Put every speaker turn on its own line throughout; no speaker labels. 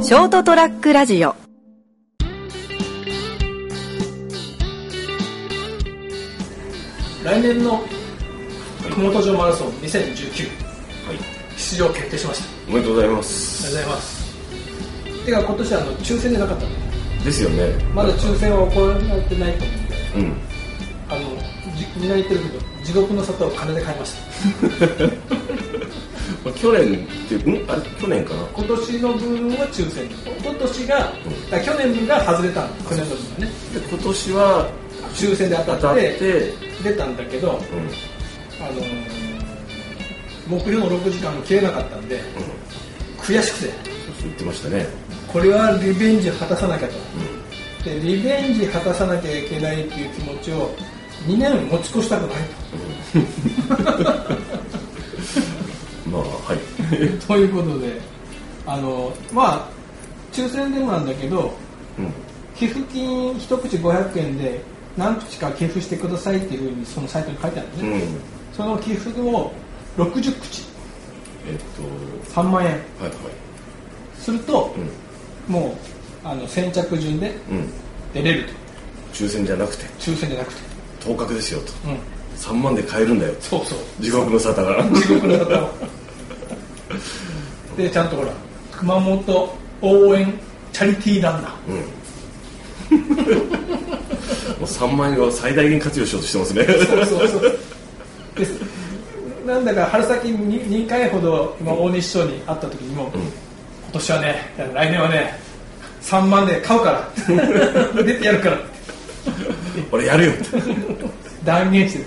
ショートトラックラジオ
来年の熊本城マラソン2019
はい、
出場決定しました
おめでとうございま
あ
す。
りがとうございますてか今年あの抽選でなかったの
ですよね。
まだ抽選は行われてないと思うんで
うん。
あのじみんな言ってるけど地獄の里を金で買いました
まあ去年って、うんあれ、去年かな。
今年の分は抽選今年が、だ
ん
から去年分が外れたの去年の分がね
で、今年は
抽選で当
当
た
た
っ
ってて、
出たんだけど
うん。
あのー目標の6時間も切れなかったんで悔しくて
そう言ってましたね。
これはリベンジ果たさなきゃと、でリベンジ果たさなきゃいけないっていう気持ちを2年持ち越したくない
まあ、はい。
とということであのまあ抽選でもなんだけど
うん。
寄付金一口500円で何口か寄付してくださいっていうふうにそのサイトに書いてあるのね、
うん。
その寄付を60口
えっ
3万円
と、はいは
すると
い。、
もうあの先着順で
うん。うん。
出れると
抽選じゃなくて、
抽選じゃなくて、
当確ですよと。
うん、
3万で買えるんだよ。
そうそう
地獄の沙汰 が。
地獄の方 をでちゃんとほら熊本応援チャリティーランナー
うん。もう3万円を最大限活用しようとしてますね。
そうそうそうですなんだか春先に2回ほど今大西市長に会った時にも、今年はね来年はね3万で買うから 出てやるからって
俺やるよって。
断言してて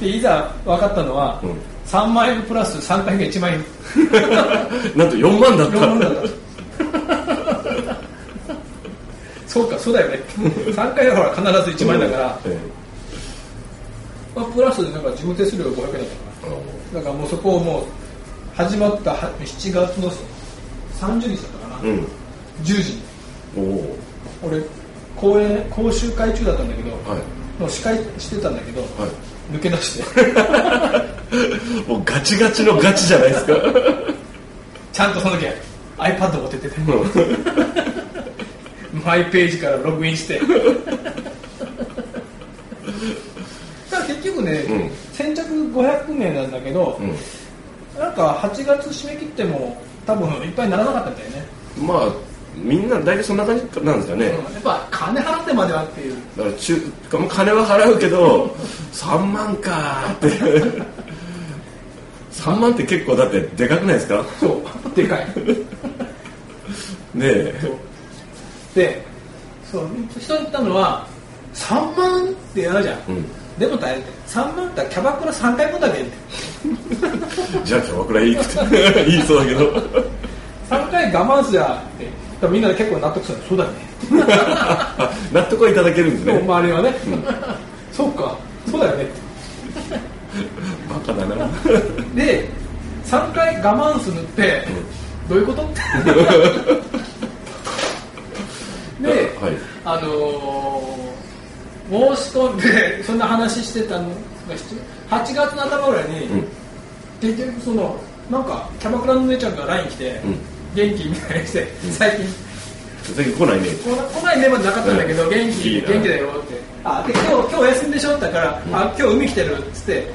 でいざ分かったのは、
うん
3万円プラス3回が1万円
なんと4万だった。
4万だった そうかそうだよね3回はほら必ず1万円だから、
え
まあ、プラスなんか事務手数料500円だったか
えあの
らだからもうそこをもう始まったは7月の30日だったかな、
う
10
ん。
時に
おお。
俺講演講習会中だったんだけど、
はい。
の司会してたんだけど、
はい
抜け出して
もうガチガチのガチじゃないですか。
ちゃんとその時 iPad 持ってて、マイページからログイン してだから結局ね、
うん
先着500名なんだけど、
う
なんか8月締め切っても多分いっぱいにならなかったんだよね、
ん、まあみんな大体そんな感じなんですかね、
やっぱ金払ってまではっていう
だから中金は払うけど3万かーって3万って結構だってでかくないですか
そうでかい
ねえ
でそう人に言ったのは3万ってやるじゃん、
ん
でも大変3万ってキャバクラ3回分だけやん
じゃあキャバクラいいくて いいそうだけど
3回我慢すりゃって多分みんなで結構納得するそうだよね
あ納得はいただけるんです
でも
ね
周りはね、そうかそうだよねって
バカだな
で3回我慢するって、どういう ことってで、
はい
あのー申し込んでそんな話してたのが8月の頭ぐらいに、
うん
結局そのなんかキャバクラの姉ちゃんから LINE 来て、
ん
元気みたいにして、最近
最近来ないね
このこないねまでなかったんだけど、
うん
元気
いいな
元気だよってあで今日今日お休みでしょだから、あ今日海来てるっつって、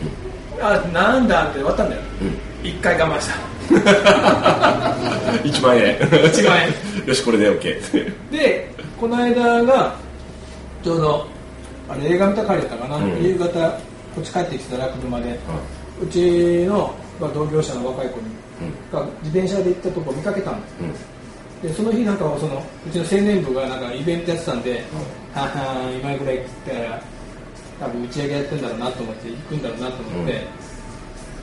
あなんだって終わったんだよ、一回我慢した
1万円
一万
よしこれで OK って
でこの間がちょうどあれ映画見た帰りだったかな、
うん
夕方こっち帰ってきてたら車で、うちの、まあ、同業者の若い子に、が自転車で行ったとこ見かけたんです
うん
でその日なんかそのうちの青年部がなんかイベントやってたんで「ははーん今ぐらい」って言ったら多分打ち上げやってんだろうなと思って行くんだろうなと思って、
うん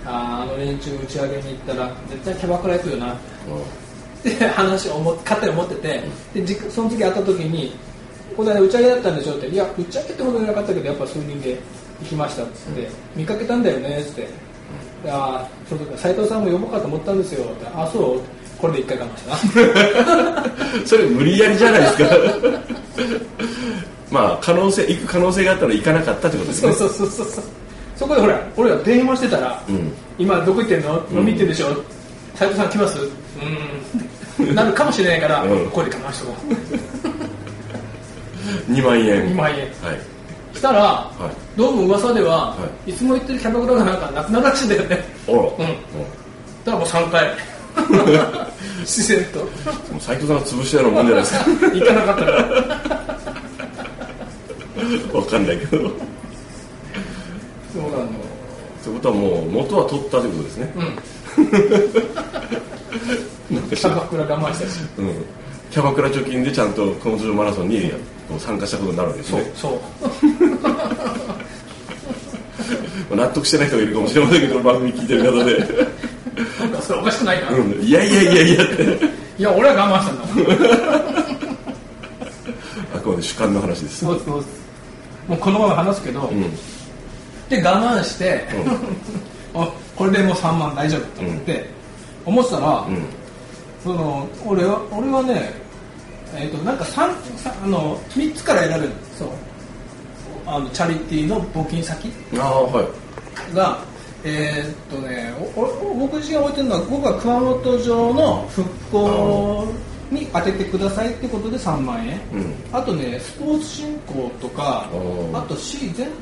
あーあの連中打ち上げに行ったら絶対キャバクラ行くよな
う
って話を思っ勝手に思っててでじその時会った時に「この間打ち上げだったんでしょ」って「いや打ち上げってほどじゃなかったけどやっぱ数人で行きました」っつって、見かけたんだよね」っつって「でああそうだ斎藤さんも呼ぼうかと思ったんですよ」って「ああそうこれで一回我慢したな」
んそれ無理やりじゃないですか まあ可能性行く可能性があったら行かなかったってことです
そ
ね
うそうそうそうそうそこでほら俺ら電話してたら「
うん
今どこ行ってんの
ん
飲み行ってんでしょ斎藤さん来ます?」うなるかもしれないから、
うん
これで我慢しとこ
2万円
う2万円
はい
したら、
はい
どうも噂では、、
はい
つも行ってるキャバクラがなんかなくなるらしいんだよね
あら、もう
だからもう3回 自然と
斉藤さんが潰したようなもんじゃないです
行かなかったから
かわかんないけど
そうなの
ということはもう元は取ったということですね
うん
なんか
キ
しら
ャバクラ我慢したし
うんキャバクラ貯金でちゃんと彼女マラソンにこう参加したことになるわけですね
そう
まあ納得してない人がいるかもしれませんけど番組聞いてる方で、
なんかそれおかしくないかな、い
うん、いやいやいやいやって
や俺は我慢したんだもん
あくまで主観の話です
そうそうもうこのまま話すけど、
うん
で我慢して、あこれでもう3万大丈夫と思って、思ってたら、
うん
その俺は俺はねえっ、となんか三三あの三つから選べるそうあのチャリティーの募金先
ああはい
がえっとねおお僕自身が置いてるのは僕は熊本城の復興に当ててくださいってことで3万円、
うん
あとねスポーツ振興とか
おー
あと市全体の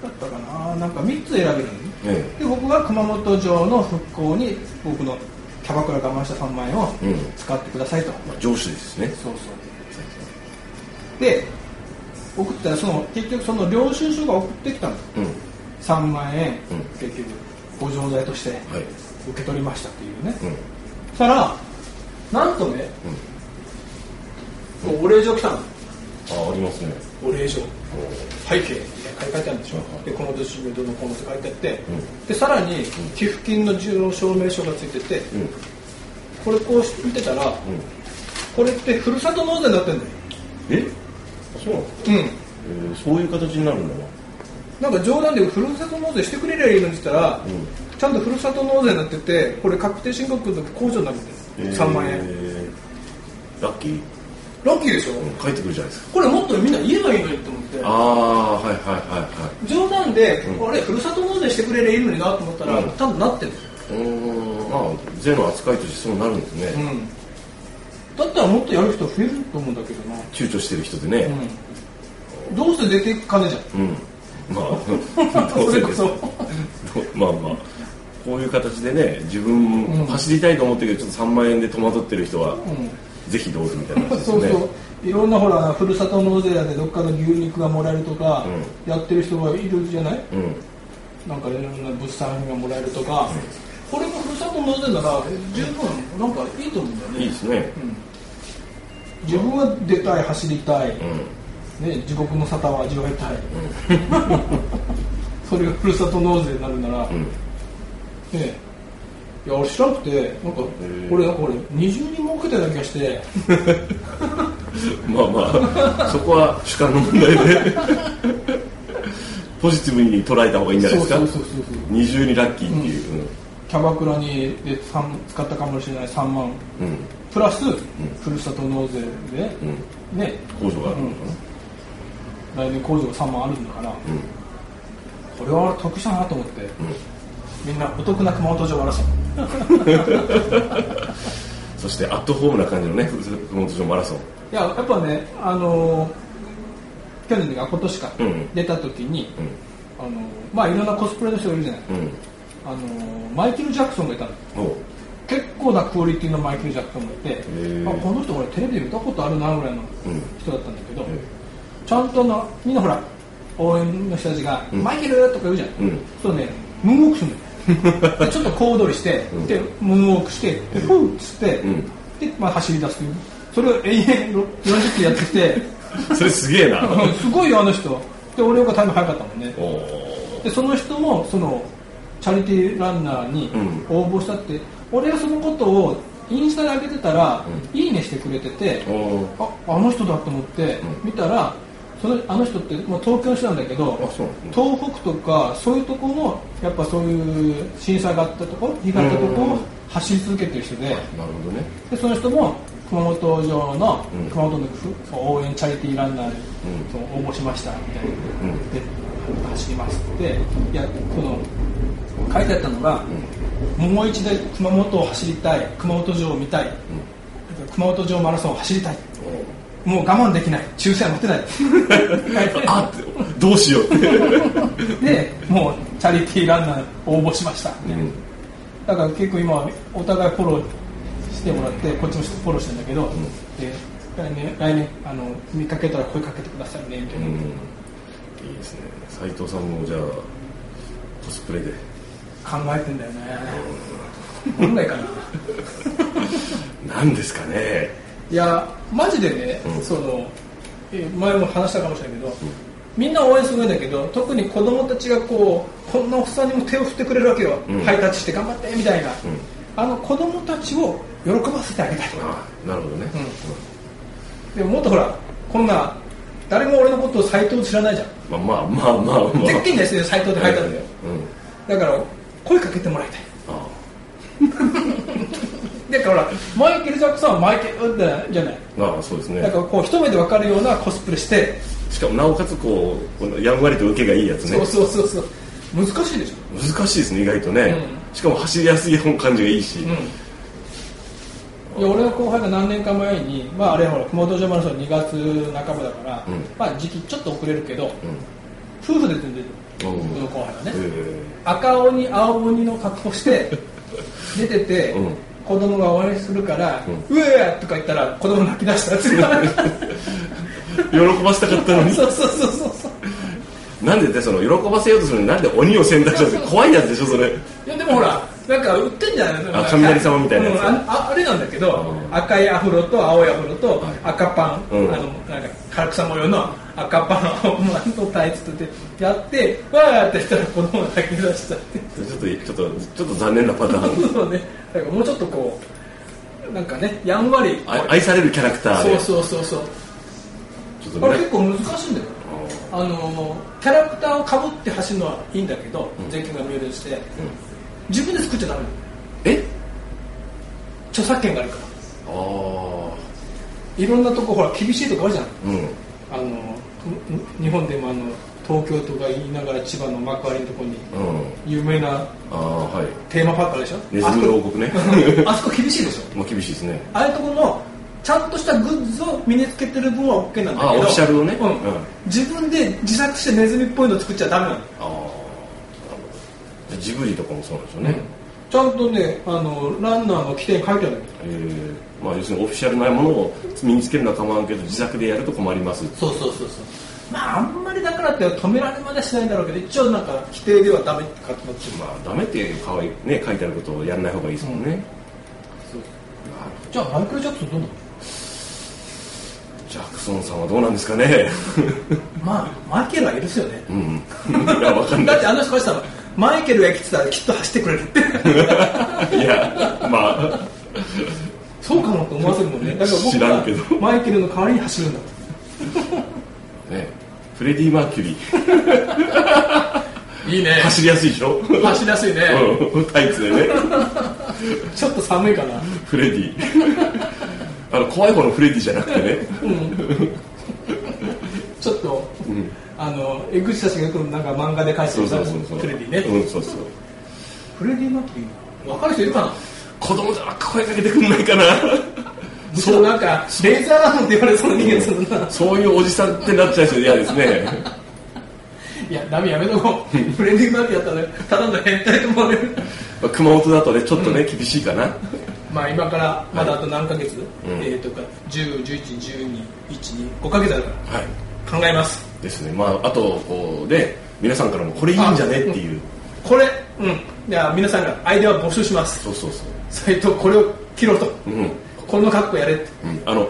だったかななんか3つ選べるのね
え
で僕は熊本城の復興に僕のキャバクラ我慢した3万円を
えうん
使ってくださいと、
まあ上司ですね
そうそうで送ったらその結局その領収書が送ってきたの
うん
3万円、
うん
結局ご錠剤として
はい
受け取りましたっていうね
うん
そしたらなんとね、お礼状来たの
あありますね
お礼状
おー
背景書いてあるんでしょ、
うん
でこの年にどのこのって書いてあって、
うん
でさらに寄付金の重要証明書がついてて
うん
これこうして見てたら
うん
これってふるさと納税になってんだよ
えあそうなの、
うん
えー、そういう形になるんだな
なんか冗談でふるさと納税してくれりゃいいのにって言ったら、
ん
ちゃんとふるさと納税になっててこれ確定申告の時控除になるん
えー
です、3万円
ラッキー
ラッキーでしょ、
うん帰ってくるじゃないですか
これもっとみんな言えばいいのにと思って
ああはいはいはいはい
冗談で、
うん
あれふるさと納税してくれりゃいいのになと思ったら、
うん
多分なってる
うーんまあ税の扱いとしてそうなるんですね、
んだったらもっとやる人増えると思うんだけどな
躊躇してる人でね
うんどうせ出ていく金じゃん
うん、ま あどう
そ
せ
れ
で
こ
す
そ
ど まあまあこういう形でね自分
うん
走りたいと思ってるけどちょっと3万円で戸惑ってる人は、ぜひどうぞみたいな話です
そ
よ
う
ね
そういろんなほらふるさと納税やでどっかの牛肉がもらえるとか、
う
やってる人がいるじゃない
うん
なんかいろんな物産品がもらえるとか、これもふるさと納税なら十分なんかいいと思うんだよね
いいですね
うん自分は出たい走りたい、
うん
ね、地獄の沙汰を味わいたい、 それがふるさと納税になるなら、
う
ね
ん
いや俺知らなくてなんか
ー
俺なんか俺二重に儲けたような気がして
まあまあ そこは主観の問題で ポジティブに捉えた方がいいんじゃない
そ
で
う
すか
そうそうそうそう
二重にラッキーっていう、
キャバクラにで三使ったかもしれない3万
うんうん
プラス、ふるさと納税で、
うん
ね
控除があるのかな、
来年控除が3万あるんだから、
うん
これは得したなと思って、みんなお得な熊本城マラソン
そしてアットホームな感じのね熊本城マラソン
いややっぱねあのー去年が今年か、
うん
出た時に
うん
あのーまあいろんなコスプレの人がいるじゃない、
うん
あのーマイケル・ジャクソンがいたの
おう
結構なクオリティのマイケル・ジャクソンがいて、
ー
まあ、この人俺テレビで見たことあるなぐらいの
うん
人だったんだけど、
え
ちゃんとなみんなほら応援の人たちが、
ん
マイケルとか言うじゃん、
うん
そうねムーンウォークするのよでちょっと小躍りして、
ん
でムーンウォークしてでフーっつって、
ん
で、まあ、走り出すというそれを延々40キロやってきて
それすげえな
うんすごいよあの人で俺よりタイム早かったもんね
おお
でその人もそのチャリティーランナーに
うん
応募したって、俺がそのことをインスタで上げてたら、いいねしてくれてて、
おお
ああの人だと思って
うん
見たら、そのあの人って、まあ、東京の人なんだけど
あそううん
東北とかそういうところのやっぱそういう震災があったところ被害があったところ
うん
を走り続けてる人で
なるほどね
でその人も熊本城の
うん
熊本のふ応援チャリティーランナーで
ん
その応募しましたみたいな、
うん
で走りますっていやその書いてあったのが、もう一度熊本を走りたい熊本城を見たい、熊本城マラソンを走りたいもう我慢できない抽選は持てない
あってどうしようって、
でもうチャリティーランナー応募しました
うん
だから結構今お互いフォローしてもらってこっちもフォローしてんだけど、で来年来年あの見かけたら声かけてくださいねみたいな、
いいですね斉藤さんもじゃあコスプレで
考えてんだよね本来か な
何ですかね
いやマジでね、
うん
そのえ前も話したかもしれないけど、みんな応援するんだけど特に子供たちがこうこんなおっさんにも手を振ってくれるわけよ、
うん
ハイタッチして頑張ってみたいな、
ん
あの子供たちを喜ばせてあげたい
あなるほどね、
うんでももっとほらこんな誰も俺のことを斎藤知らないじゃん
まあまあまあまあまあ
てっきりですよ斎藤って書いてあるんだよ
うん
だから声かけてもらいたい
あ
だからほらマイケル・ジャクソンはマイケルじゃない
あああそうですね
なんかこう一目で分かるようなコスプレして、
しかもなおかつこうこのやんわりと受けがいいやつね
そうそうそうそう難しいでしょ
難しいですね意外とね、
う
しかも走りやすい感じがいいし、
いや俺の後輩が何年か前に、まあ、あれほら熊本城マラソン2月半ばだから、
うん
まあ、時期ちょっと遅れるけど、夫婦で出てる
うん
僕の後輩がね、
え
赤鬼青鬼の格好して 出てて、
うん
子供が応援するから「う
う
えー!」とか言ったら子供泣き出したって言われた
ー喜ばせたかったのに
そうそうそうそうそう
なんでってその喜ばせようとするのになんで鬼を選択したんですか怖いやつでしょそれ
いやでもほらなんか売ってんじゃないの
あ雷様みたいなや
う
つ
んあああれなんだけど、
うん
赤いアフロと青いアフロと
はい
赤パン、
うん
あのなんか唐草模様の赤パンをマントタイツとでやってわーってしたら子供が泣き出したって
ちょっとちょっとちょっと残念なパタ ーン
そうねだからもうちょっとこうなんかねやんわり
あ愛されるキャラクター
そ
で
うそうそうそう
ちょっ
ことれ
ね
結構難しいんだよあのキャラクターをかぶって走るのはいいんだけど、全権が見えるして、自分で作っちゃダメだよ
え
著作権があるから
ああ
いろんなとこほら厳しいとこあるじゃん
うん
あのん日本でもあの東京とか言いながら千葉の幕張のとこに
うん
有名な
ああはい
テーマパークあるでしょ
ネズミの王 国ね
あそこあそこ厳しいでしょ
まあ厳しいですね
ああいうとこのちゃんとしたグッズを身につけてる分は OK なんだけど
あオフィシャルをね
うん
うん
自分で自作してネズミっぽいの作っちゃダメなの
ああなるほどジブリとかもそうなんでしょうね、
ちゃんとねあのランナーの規定に書いてある
えーまあ、要するにオフィシャルなものを身につけるのは構わんけど自作でやると困ります
そうそうそうそうまああんまりだからって止められまでしないんだろうけど一応なんか規定ではダメって書いてある
まあダメってかわいいね書いてあることをやらない方がいいですもんね、
じゃあマイクル・ジャクソンどうなの
ジャクソンさんはどうなんですか ね
まあマイケルはいるですよね
うんいやわかんな
だってあの人からしたらマイケルが来てたらきっと走ってくれるって
いいやまあ
そうかもと思わせるもんねだから僕
知らんけ
は
ど
マイケルの代わりに走るんだと
ねフレディ・マーキュリー
いいね
走りやすいでしょ、う
走りやすいね
ん、タイツでね
ちょっと寒いかな
フレディあの怖い方のフレディじゃなくてね
ちょっと、あの江口たちがよくなんか漫画で描いて
そう
るさ
そうそうそう
フレディね、
うんそうそう
フレディ・マーキュリー分かる人いるかな
子供じゃ声かけてくんないかな
そうなんかレーザーラモンって言われそうな人間するな
そういうおじさんってなっちゃう人嫌ですね。
いやダメやめとこうフレディ・マーキュリーやったらただの変態と思われる
まあ熊本だとね、ちょっとね、厳しいかな。
まあ今からまだあと何ヶ月、
ん
えーとか10、11、12、1、2、5ヶ月あるから
は
考えます。
い。ですね。まあ、あと、こう、ね、皆さんからもこれいいんじゃねっていう。
これ、うん。じゃあ皆さんがアイデアを募集します。
そうそうそう。
斉藤、これを切ろうと。
うん。うん。
この格好やれって。
あの、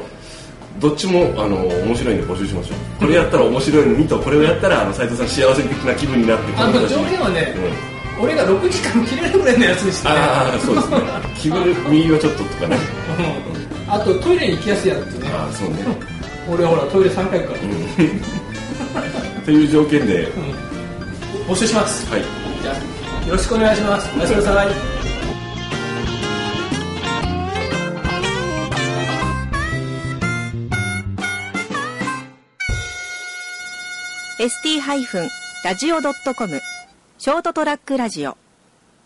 どっちも、あの、面白いんで募集しましょう。これやったら面白いのにと、これをやったら、あの、斎藤さん幸せ的な気分になって、
あと条件はね、俺が6時間切れるぐらいのやつにして、ね、
ああ、そうですね。気分、右はちょっととかね。
うんあとトイレに行きやすいやつね。
ああ、そうね。
俺はほらトイレ3回行くから、
という条件で、
募集します。
はい。
じゃあよろしくお願いします。おやすみなさい。
ST-radio.com ショートトラックラジオ